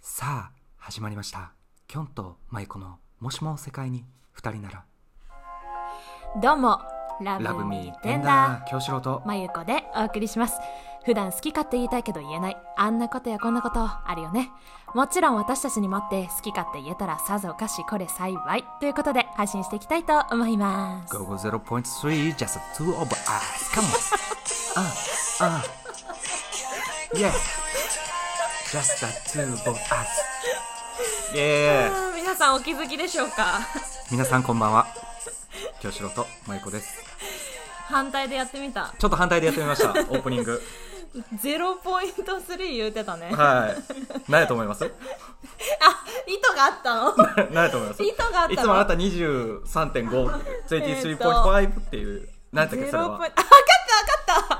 さあ始まりましたきょんとまいこのもしも世界に二人ならどうも、ララブブミミーーテテンンダダー京志郎とー、まゆこでお送りします。普段好き勝手言いたいけど言えない、あんなことやこんなことあるよね。もちろん私たちにもって好き勝手言えたらさぞかしこれ幸いということで配信していきたいと思います。 Go 0.3 just two of us come on ああ yeah just the two of us yeah 皆さんお気づきでしょうか 皆さんこんばんは京志郎とまいこです反対でやってみた。ちょっと反対でやってみましたオープニング0.3言うてたね。はい何やと思いますあ、意図があったの 何やと思います意図があったのいつもあなた23.5 23.5っていう何やったっけそれ0はポイントあ、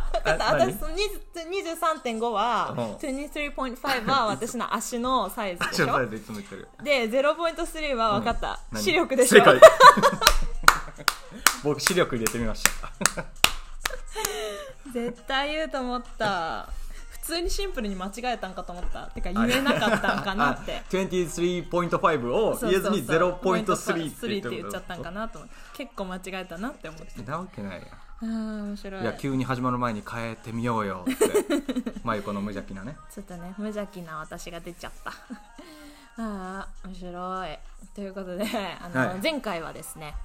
分かった分かった分かったあ何私その20 23.5はうん23.5は私の足のサイズで しちょっとょ待っていつも言ってるで0.3は分かった、何視力でし正ょ解 僕視力入れてみました絶対言うと思った普通にシンプルに間違えたんかと思ったてか言えなかったんかなってあ23.5をそう言そえずうそうに0.3 0.3って言言っちゃったんかなと思って結構間違えたなって思ってなわけないあー面や白いんいや急に始まる前に変えてみようよって まゆこの無邪気なねちょっとね無邪気な私が出ちゃった ああ面白いということであの、はい前回はですね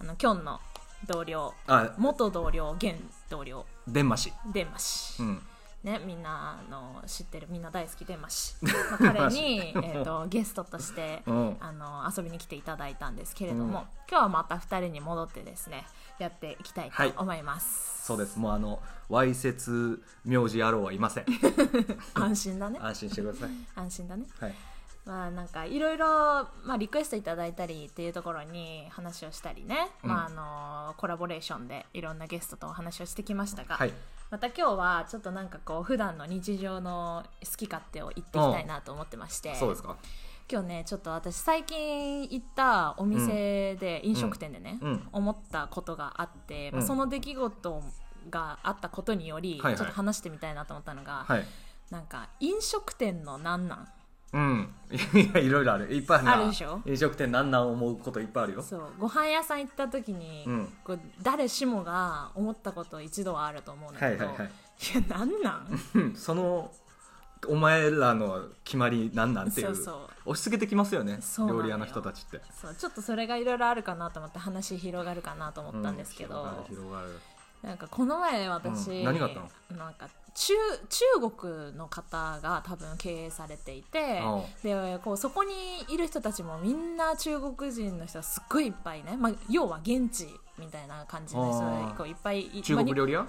あのキョンの同僚あ元同僚現同僚でんましデンマシう、んねみんなあの知ってるみんな大好きデン マシまあ彼に、えー、とゲストとして、うんあの遊びに来ていただいたんですけれども、うん今日はまた2人に戻ってですねやっていきたいはいと思います、そうですもうあのわいせつ名字野郎はいま せん安心だね安心してください安心だねはいまあなんかいろいろ、まあ、リクエストいただいたりっていうところに話をしたりね、うんまあ、あのコラボレーションでいろんなゲストとお話をしてきましたが、はいまた今日はちょっとなんかこう普段の日常の好き勝手を言っていきたいなと思ってまして、そうですか今日ねちょっと私最近行ったお店で、飲食店でね、うん思ったことがあって、まあうんその出来事があったことにより、はいはいちょっと話してみたいなと思ったのが、はいなんか飲食店のなんなんうん いやいろいろあるいっぱいあるなあるでしょ飲食店なんなん思うこといっぱいあるよそうご飯屋さん行った時に、うんこう誰しもが思ったこと一度はあると思うんだけど、はいはいはいやなんなん うんそのお前らの決まりなんなんていうそうそ押し付けてきますよねそうなの料よ理屋の人たちってそうちょっとそれがいろいろあるかなと思って話広がるかなと思ったんですけうんど、広がる広がるなんかこの前私、うん何があったなんか中中国の方が多分経営されていてああでこうそこにいる人たちもみんな中国人の人がすっごいいっぱいね、まあ、要は現地みたいな感じの人ああがこういっぱいい中国料理理、屋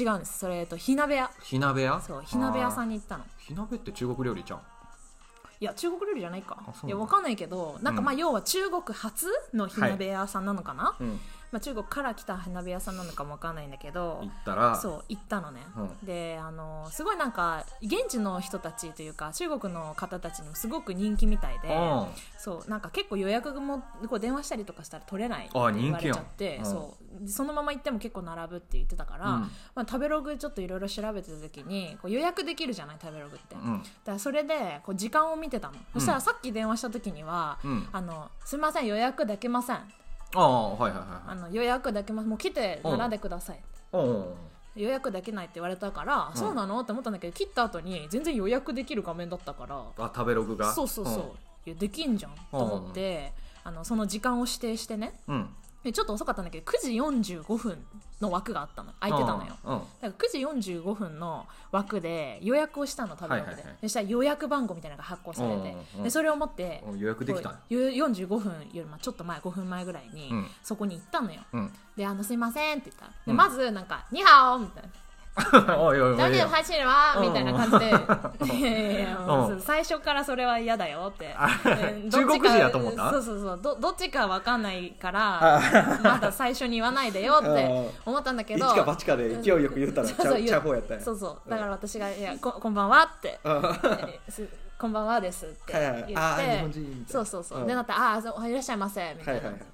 違うんですそれと火鍋屋火鍋屋そう火鍋屋さんにに行ったの火鍋って中国料理じゃんいや中国料理じゃないかあそうなんだいやわかんないけどなんかまあうん要は中国初の火鍋屋さんなのかな、うんまあ、中国から来た火鍋屋さんなのかもわかんないんだけど行ったらそう行ったのね、うであのすごいなんか現地の人たちというか中国の方たちにもすごく人気みたいで、あそうなんか結構予約もこう電話したりとかしたら取れないってあ言われちゃっ人気てやんうんそうでそのまま行っても結構並ぶって言ってたから、うんまあ、食べログちょっといろいろ調べてた時にこう予約できるじゃない食べログって、うんだからそれでこう時間を見てたの、そしたらさっき電話した時には「うんあのすみません予約できません」ああはいはいはいあはいの「予約できますもう来てうん並んでください」うん予約できないって言われたから、んそうなのって思ったんだけど切った後に全然予約できる画面だったからあ食べログがそうそうそう、いやできんじゃんと思って、あのその時間を指定してねうんうんでちょっと遅かったんだけど9時45分の枠があったの空いてたのようんだから9時45分の枠で予約をしたの食べログはで、いはいはいそしたら予約番号みたいなのが発行されて、うんでそれを持って、うん予約できたこう45分よりもちょっと前5分前ぐらいに、うんそこに行ったのようんであのすいませんって言ったらでうんまずなんか「ニハオ!」みたいなおいおいおいおいダメだ走るわみたいな感じで、いやいやいやもううん最初からそれは嫌だよって、う ん中国人やと思ったそうそうそうどどっちか分かんないからまだ最初に言わないでよって思ったんだけ一どか八かで 勢いよく言うたらちゃうちゃう方やったんやそうそうだから私が「いやここんばんは」って「すこんばんはです」って言って、はいはいあー日本人みたいなそうそうそう、うんでなったら「ああそういらっしゃいませ」みたいはいな、はいはい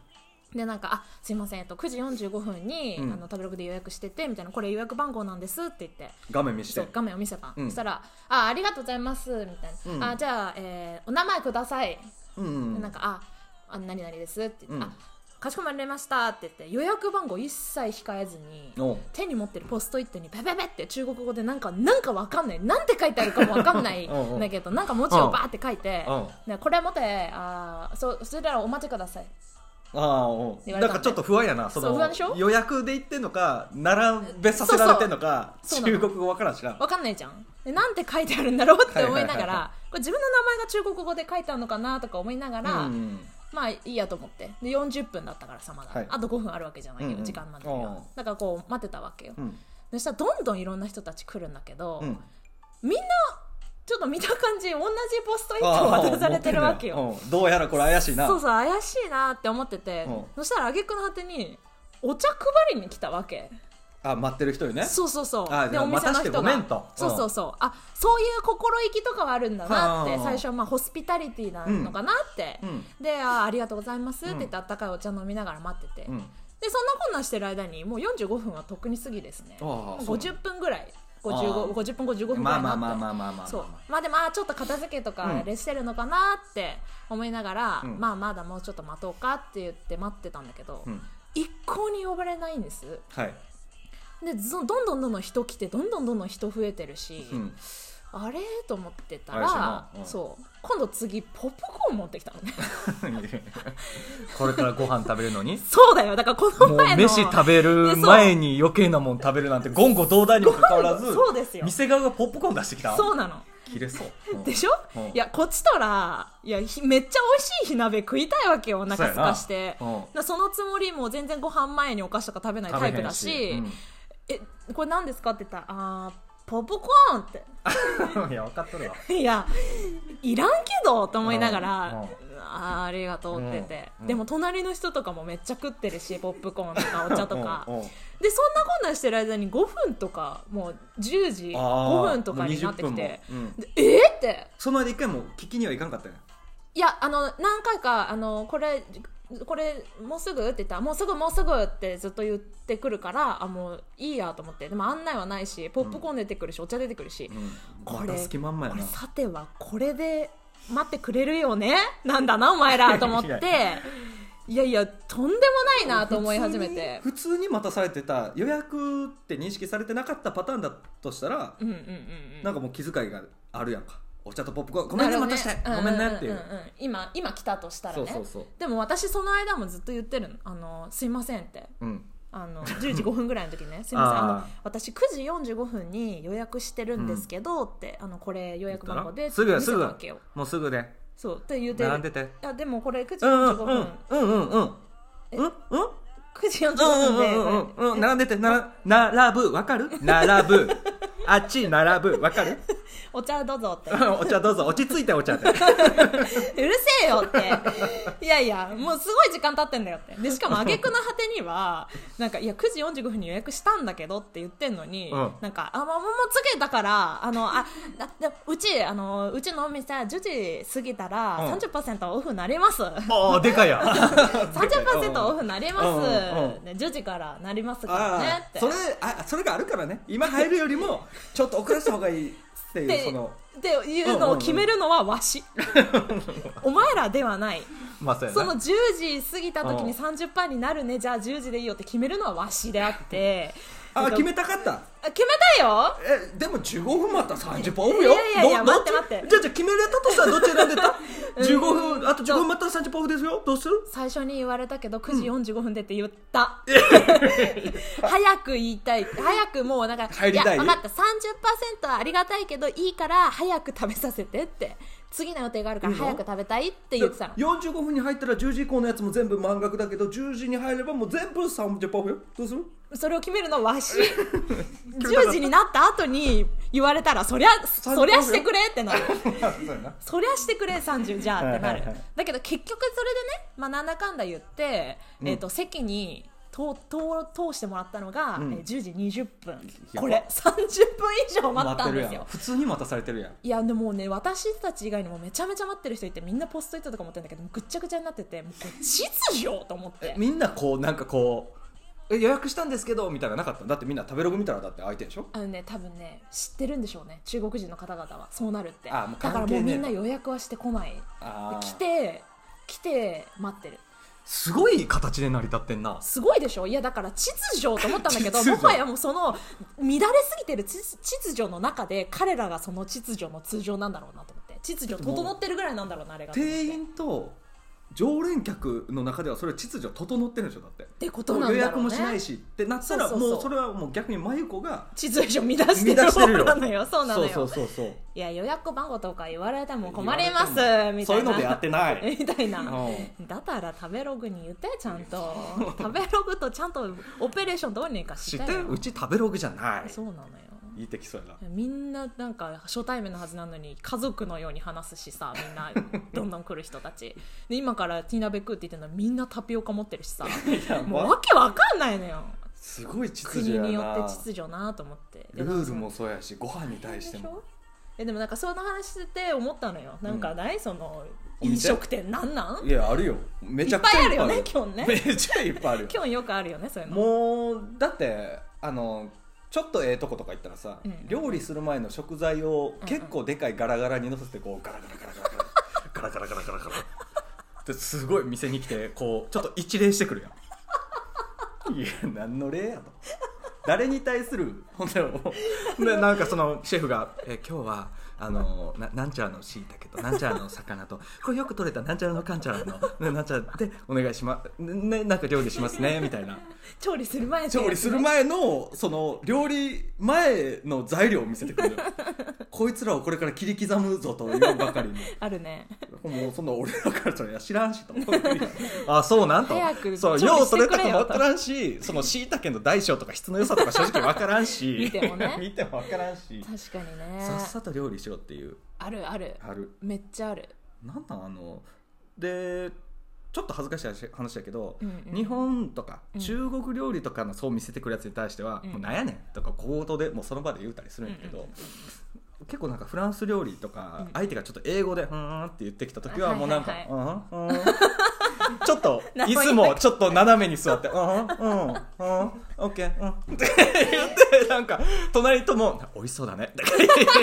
でなんか「あすいません、えっと、9時45分に、うんあの食べログで予約してて」みたいな「これ予約番号なんです」って言って画面見しそてう画面を見せたの、うんそしたら「あありがとうございます」みたいなうん「あじゃあ、えーお名前ください」うんうんなんか「ああ何々です」って言って「うんあかしこまりました」って言って予約番号一切控えずにおう手に持ってるポストイットにペペペって中国語でなんかなんかわかんないなんて書いてあるかもわかんないうん うんんだけどなんか文字をバーって書いてうん「でこれ持ってあーそうそれならお待ちください」ああおう言われなんたのねかちょっと不安やなそのそう不安でしょ予約で行ってんのか並べさせられてんのかそうそうそうなの中国語わからんしなわかんないじゃんでなんて書いてあるんだろうって思いはないはいはがいはらこれ自分の名前が中国語で書いてあるのかなとか思いながら、うんまあいいやと思ってで40分だったからさまだ、はいあと5分あるわけじゃないよ、うんうん時間までにあはだからこう待ってたわけよ、うんそしたらどんどんいろんな人たち来るんだけど、うんみんなちょっと見た感じ同じポストイットをああ渡されてるわけようんどうやらこれ怪しいなそうそう怪しいなって思ってて、うんそしたら挙句の果てにお茶配りに来たわけあ待ってる人よねそうそうそうあでじゃあお店の人待たせてごがめんとそうそうそうあそういう心意気とかはあるんだなってはあ最初はまあホスピタリティなのかなって、うんであありがとうございますって言っうんてあったかいお茶飲みながら待ってて、うんでそんなこんなんしてる間にもう45分はとっくに過ぎですねああもうそう50分ぐらいああ 55, 50分55分ぐまらあいにまあまあまなってあまあまあまあそうまあでもあーちょっと片付けとうかんレしてるのかなって思いながら、うんまあまだもうちょっと待とうかって言って待ってたんだけど、うん一向に呼ばれないんですはいでずどんどんどんどん人来てどんどんどんどん人増えてるし、うん あれと思ってた怪しいなら、うんそう今度次ポップコーン持ってきたのね これからご飯食べるのにそうだよだからこのもう前の飯食べる前に余計なもん食べるなんて言語道断にもかかわらずそうですよ店側がポップコーン出してきたそうなの切れそううんでしょ、うんいやこっちとらいやひめっちゃ美味しい火鍋食いたいわけよお腹すかしてそうやなうんだからそのつもりも全然ご飯前にお菓子とか食べないタイプだしえこれ何ですかって言ったらあーポップコーンっうんいや分かっとるわて いやいらんけどと思いながら、うんうんあーありがとうって言って、うんうんでも隣の人とかもめっちゃ食ってるしポップコーンとかお茶とかうんうんでそんなこんなんしてる間に5分とかもう10時あー5分とかになってきても、う20分もうんでえー、ってその間一回も聞きにはいかんかったよねいやあの何回かあのこれこれもうすぐって言ったらもうすぐもうすぐってずっと言ってくるからあもういいやと思ってでも案内はないしポップコーン出てくるし、お茶出てくるし、こまれた隙間んまやこれなさてはこれで待ってくれるよねなんだなお前らと思っいやていいやいやとんでもないなと思い始めて普通に普通に待たされてた予約って認識されてなかったパターンだとしたら、うんうんうんうんなんかもう気遣いがあるやんかお茶とポップコーンごめんね待たして、なごるほめんどねっていう,、んんんん今今来たとしたらそうねそうそうでも私その間もずっと言ってるのあのすいませんってうんあの10時5分ぐらいの 時ねすいませんああの私9時45分に予約してるんですけど、ってあのこれ予約番号で言ったなってす見ぐせすたぐわけよもうすぐでそうって言うて並んでてあでもこれ9時うんう45ん分、うんうんうんうんえうんうん9時45うん分うで、んうんうんうん並んでてなら並ぶわかる並 ぶあっち並ぶわかるお茶どうぞってお茶どうぞ落ち着いてお 茶ってうるせえよっていやいやもうすごい時間経ってんだよってでしかも挙句の果てにはなんかいや9時45分に予約したんだけどって言ってんのに、うんなんかあもうもう次だからあのあだだうちあのうちのお店10時過ぎたらうん30%オフになります、ああでかいや30%オフになります、うんうんうんね10時からなりますからねあっあてそれあそれがあるからね今入るより もちょっと遅らせた方がいいっていでうそのっていうのを決めるのはわし、お前らではないまあそうそのな10時過ぎた時にう30%になるねじゃあ10時でいいよって決めるのはわしであってあ決めたたかった決めたよえでも15分待ったら30分オフよいやいやいやどど待って待ってじゃあじゃあ決めれたとしたらどっち選んでた15分あと15分待ったら30分オフですよどうする最初に言われたけど9時45分でって言 った、早く言いたい早くもうなんか帰りたいや分かった30%はありがたいけどいいから早く食べさせてって次の予定があるから早く食べたいって言ってたの45分に入ったら10時以降のやつも全部満額だけど10時に入ればもう全部30分オフよどうするそれを決めるのは わし10時になった後に言われたらそりゃそりゃしてくれってなるそうやなそりゃしてくれ30じゃあってなはる、いはいはいだけど結局それでね、まあ、なんだかんだ言って、えっと席にとと通してもらったのが、うんえー10時20分やこれ30分以上 待ったんですやんよ普通に待たされてるやんいやでもね私たち以外にもめちゃめちゃ待ってる人いてみんなポストイットとか持ってるんだけどぐっちゃぐちゃになっててもうこれ秩序と思って みんなこうなんかこうえ予約したんですけどみたいななかっただってみんな食べログ見たらだって相手でしょあのね多分ね知ってるんでしょうね中国人の方々はそうなるってあもうだから関も係うねみえんなな予約はしてこないあー来て来て待ってるすごい形で成り立ってんなすごいでしょいやだから秩序と思ったんだけ ど秩序もはやもうその乱れすぎてる秩秩序の中で彼らがその秩序の通常なんだろうなと思って秩序整ってるぐらいなんだろうなあれがと思って店員と常連客の中ではそれは秩序整ってるんでしょだってってことなんだろうね予約もしないしってなったらそうそうそうもうそれはもう逆に真由子が秩序乱して乱るしてる方よなのよ そうなのよそうそうそうそういや予約番号とか言われても困ります言われてもみたいなそういうのでやってない みたいなうだったら食べログに言ってちゃんと食べログとちゃんとオペレーションどうにか知しっててよるうち食べログじゃないそうなのよ言ってきそうやなみんななんか初対面のはずなのに家族のように話すしさ みんなどんどん来る人たちで今からティーナベックって言ってるのはみんなタピオカ持ってるしさいやまもうあわけわかんないのよすごい秩国序やによってな秩序なと思ってルールもそうやしご飯に対してでしもょえでもなんかその話してて思ったのよなんかない、そのお店飲食店なんなんいやあるよめちゃくちゃいっぱいいっぱいあるよね今日ねめっちゃいっぱいあるよ今日よくあるよねそういうのもうだってあのちょっとええとことか行ったらさ、うん料理する前の食材をうん結構でかいガラガラにのせてこうガラガラガラガラガラガラガラガラガラガラですごい店に来てこうちょっと一礼してくるやんいや何の礼やと誰に対するほんでもうでなんかそのシェフが「え今日はあのななんちゃらのしいたけとなんちゃらの魚とこれよく取れたなんちゃらのかんちゃらのねなんちゃらでお願いします、ね、なんか料理しますね」みたいな。調理する前ってやつね調理する前のその料理前の材料を見せてくる こいつらをこれから切り刻むぞと言うばかりにあるねもうそんな俺らからしたら知らんしと あそうなんと早くそう調理ようしてそくれれよとかも分からんしそのしいたけの大小とか質の良さとか正直分からんし見てもね 見ても分からんし確かにねさっさと料理しろっていうあるあるあるめっちゃあるなんなんあのでちょっと恥ずかしい話だけど、うんうん日本とかうん中国料理とかのそう見せてくるやつに対しては「うんもうなんやねん」とか小言でもうその場で言うたりするんやけど、結構なんかフランス料理とうんかうん相手がちょっと英語で「ふーん」って言ってきた時ははいもはういなんかはい「う んうん」ちょっとな椅子もちょっと斜めに座って「うんうんうんオッケーうん」って言ってなんか隣とも「美味しそうだね」って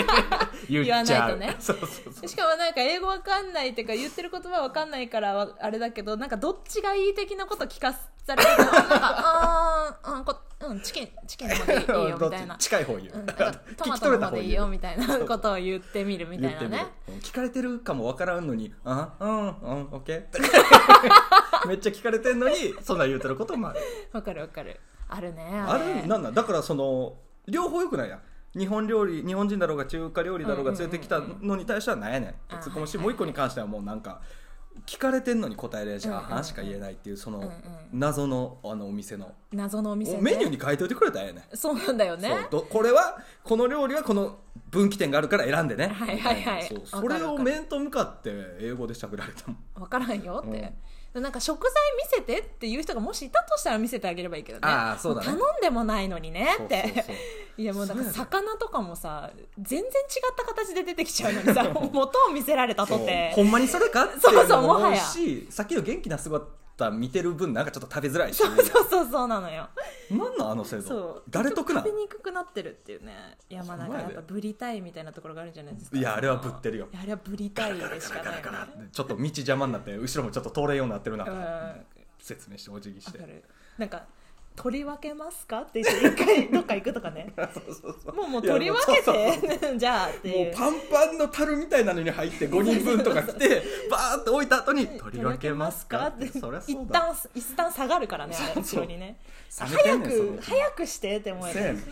言っちゃう言わないとねそうそうそうしかもなんか英語わかんないっていうか言ってる言葉わかんないからわあれだけどなんかどっちがいい的なこと聞かされるとなん かあーうんこうんチキンチキンの方がいいいい よどみったちいな近い方言う、 うんなんかト聞マき取トのれた方方で言ういいよみたいなことを言ってみるみたいな言ねってみる聞かれてるかもわからんのに「あうんうんオッ ケー」めっちゃ聞かれてんのにそんなん言うてることもあるわかるわかるあるねああれるなんなんだからその両方よくないやん日本料理日本人だろうが中華料理だろうが連れてきたのに対してはなんやねんって突っ込むしあもう一個に関してはもうなんか聞かれてんのに答えれじゃうんあうんうん半しか言えないっていうそうんうのん謎のあのお店の謎のお店ねおメニューに書いておいてくれたらええねんそうなんだよねそうどこれはこの料理はこの分岐点があるから選んでねはいはいはいそうわそかるれを面と向かって英語で喋られたもん分からんよって、なんか食材見せてっていう人がもしいたとしたら見せてあげればいいけどねあーそうだねも頼んでもないのにねってそうそうそういやもうだからそうや魚とかもさ全然違った形で出てきちゃうのにさ元を見せられたとてほんまにそれかってそうそうのももは思うやしさっきの元気な姿見てる分なんかちょっと食べづらいしそうそうそうそうなのよなんなんあの制そう度誰得なちょっと食べにくくなってるっていうねいやまあなんほかんやまっやでぱブリタイみたいなところがあるじゃないですかいやあれはぶってるよいやあれはブリタイでしかないよガラガラねちょっと道邪魔になって後ろもちょっと通れんようになってるうん中わ説明してお辞儀してかるなんか取り分けますかって言って一回どっか行くとか ねそうそうそうもうもう取り分けいやもうそうそうて じゃあってもいううパンパンの樽みたいなのに入って5人分とか来 てバーッと置いた後に「取り分けますか?」ってそりゃ一そうだ旦一旦下がるからねあれそう後そうろにね冷めて早んねんそのくうち早くしてって思えせやるねん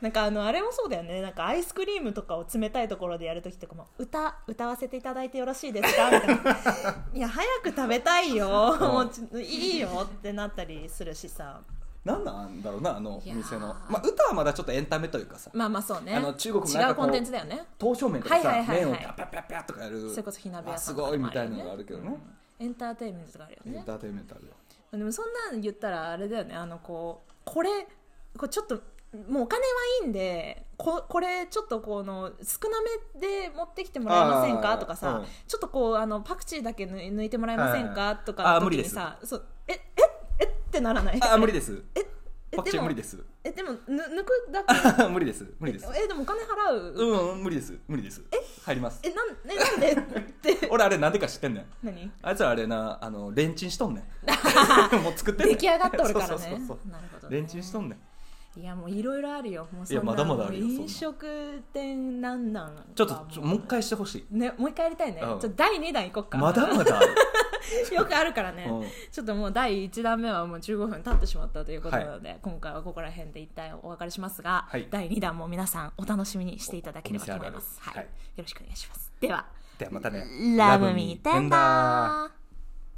なんかあのあれもそうだよねなんかアイスクリームとかを冷たいところでやるときとかも歌歌わせていただいてよろしいですかみたいな いや早く食べたいよんもうちょいいよってなったりするしさ何なんだろうなあのお店いやのーまあ歌はまだちょっとエンタメというかさまあまあそうねあの中国も違なんかうこコうンテンツだよね刀削麺とかはさいはいはい麺はをいピャッピャッピャッピャッとかやるそれこそ火鍋屋あさすんとかごいもみあるたいよねなのがあるけどねエンターテインメントとかあるよエンねターテインメントあるよいでもそんなん言ったらあれだよねあのこうこれこうちょっともうお金はいいんでここれちょっとこの少なめで持ってきてもらえませんあかーとかさ、うんちょっとこうあのパクチーだけ抜い抜いてもらえませんはいかとかあーの無理時でにすさそうえええってならないあー無理ですええパクチでーも無理ですえでもぬ抜くだあけはは 無理です無理ですえでもお金払う、うんうん無理です無理です入りますえなんえなんでって 俺あれ なんでか知ってんねん何あいつらあれなあのレンチンしとんねん もう作ってんね出ん来上がっておるからねそうそうそうそうなるほどねレンチンしとんねんいやもういろいろあるよもうそんなやいまだまだあるよもう飲食店なんなんかちょっとちょもう一回してほしいねもう一回やりたいね、うんちょっと第2弾いこっかまだまだある よくあるからね、うんちょっともう第1弾目はもう15分経ってしまったということなので、今回はここら辺で一旦お別れしますが、はい第2弾も皆さんお楽しみにしていただければと思いますおお店あるあるはいはよろしくお願いしますではではまたねラブミーテンダー